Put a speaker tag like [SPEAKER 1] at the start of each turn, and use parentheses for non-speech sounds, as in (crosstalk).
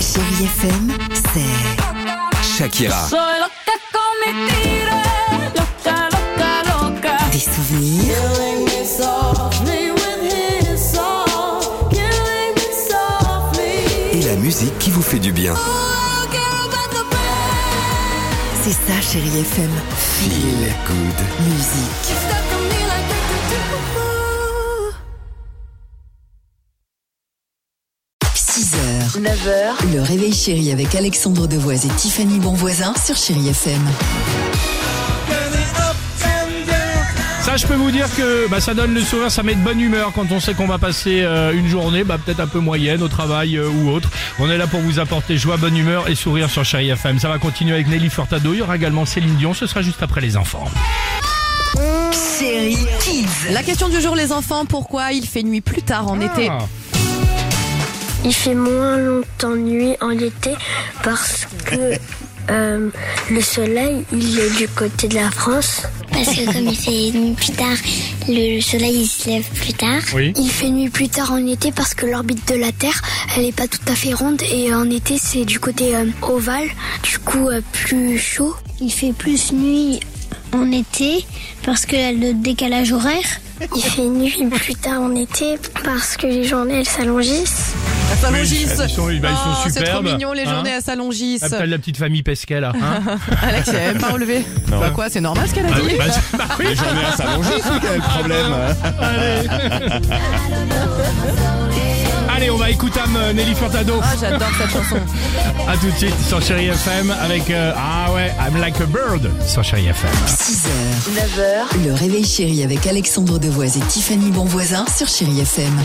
[SPEAKER 1] Chérie FM, c'est
[SPEAKER 2] Shakira,
[SPEAKER 3] Soy loca con mi tira, loca, loca, loca.
[SPEAKER 1] des souvenirs,
[SPEAKER 3] Me with his song, killing me softly.
[SPEAKER 2] et la musique qui vous fait du bien.
[SPEAKER 3] Oh, quiero verte back.
[SPEAKER 1] c'est ça Chérie FM,
[SPEAKER 2] Feel good.
[SPEAKER 1] musique.
[SPEAKER 3] You stuck on me like we could do.
[SPEAKER 1] 6h, 9h, le réveil chéri avec Alexandre Devoise et Tiffany Bonvoisin sur Chérie FM.
[SPEAKER 4] Ça, je peux vous dire que bah, ça donne le sourire, ça met de bonne humeur quand on sait qu'on va passer euh, une journée, bah, peut-être un peu moyenne au travail euh, ou autre. On est là pour vous apporter joie, bonne humeur et sourire sur Chérie FM. Ça va continuer avec Nelly Furtado, il y aura également Céline Dion, ce sera juste après les enfants.
[SPEAKER 1] Chérie Kids,
[SPEAKER 5] La question du jour, les enfants, pourquoi il fait nuit plus tard en été
[SPEAKER 4] Ah,
[SPEAKER 6] Il fait moins longtemps nuit en été parce que euh, le soleil, il est du côté de la France.
[SPEAKER 7] Parce que comme il fait nuit plus tard, le soleil il se lève plus tard.
[SPEAKER 4] Oui.
[SPEAKER 6] Il fait nuit plus tard en été parce que l'orbite de la Terre, elle n'est pas tout à fait ronde et en été, c'est du côté euh, ovale, du coup euh, plus chaud.
[SPEAKER 7] Il fait plus nuit en été parce qu'il y a le décalage horaire.
[SPEAKER 6] Il fait nuit plus tard en été parce que les journées, elles s'allongissent.
[SPEAKER 5] Elles s'allongissent.
[SPEAKER 4] Oui, ils sont- bah, ils sont
[SPEAKER 5] Oh, C'est trop
[SPEAKER 4] superbes,
[SPEAKER 5] mignon, les
[SPEAKER 4] hein.
[SPEAKER 5] journées, elles s'allongissent.
[SPEAKER 4] Ah, peut-être la petite famille Pesquet là. hein
[SPEAKER 5] Alex, elle a même pas relevé. Bah quoi, c'est normal ce qu'elle a
[SPEAKER 4] Bah
[SPEAKER 5] dit
[SPEAKER 4] oui, bah, c'est- bah oui. (laughs) Allez, on va écouter euh, Nelly Furtado.
[SPEAKER 5] Ah, j'adore cette chanson.
[SPEAKER 4] À tout de suite sur Chérie FM avec euh, Ah ouais, I'm like a bird sur Chérie FM.
[SPEAKER 1] 6h, 9h, le réveil chéri avec Alexandre Devoise et Tiffany Bonvoisin sur Chérie FM.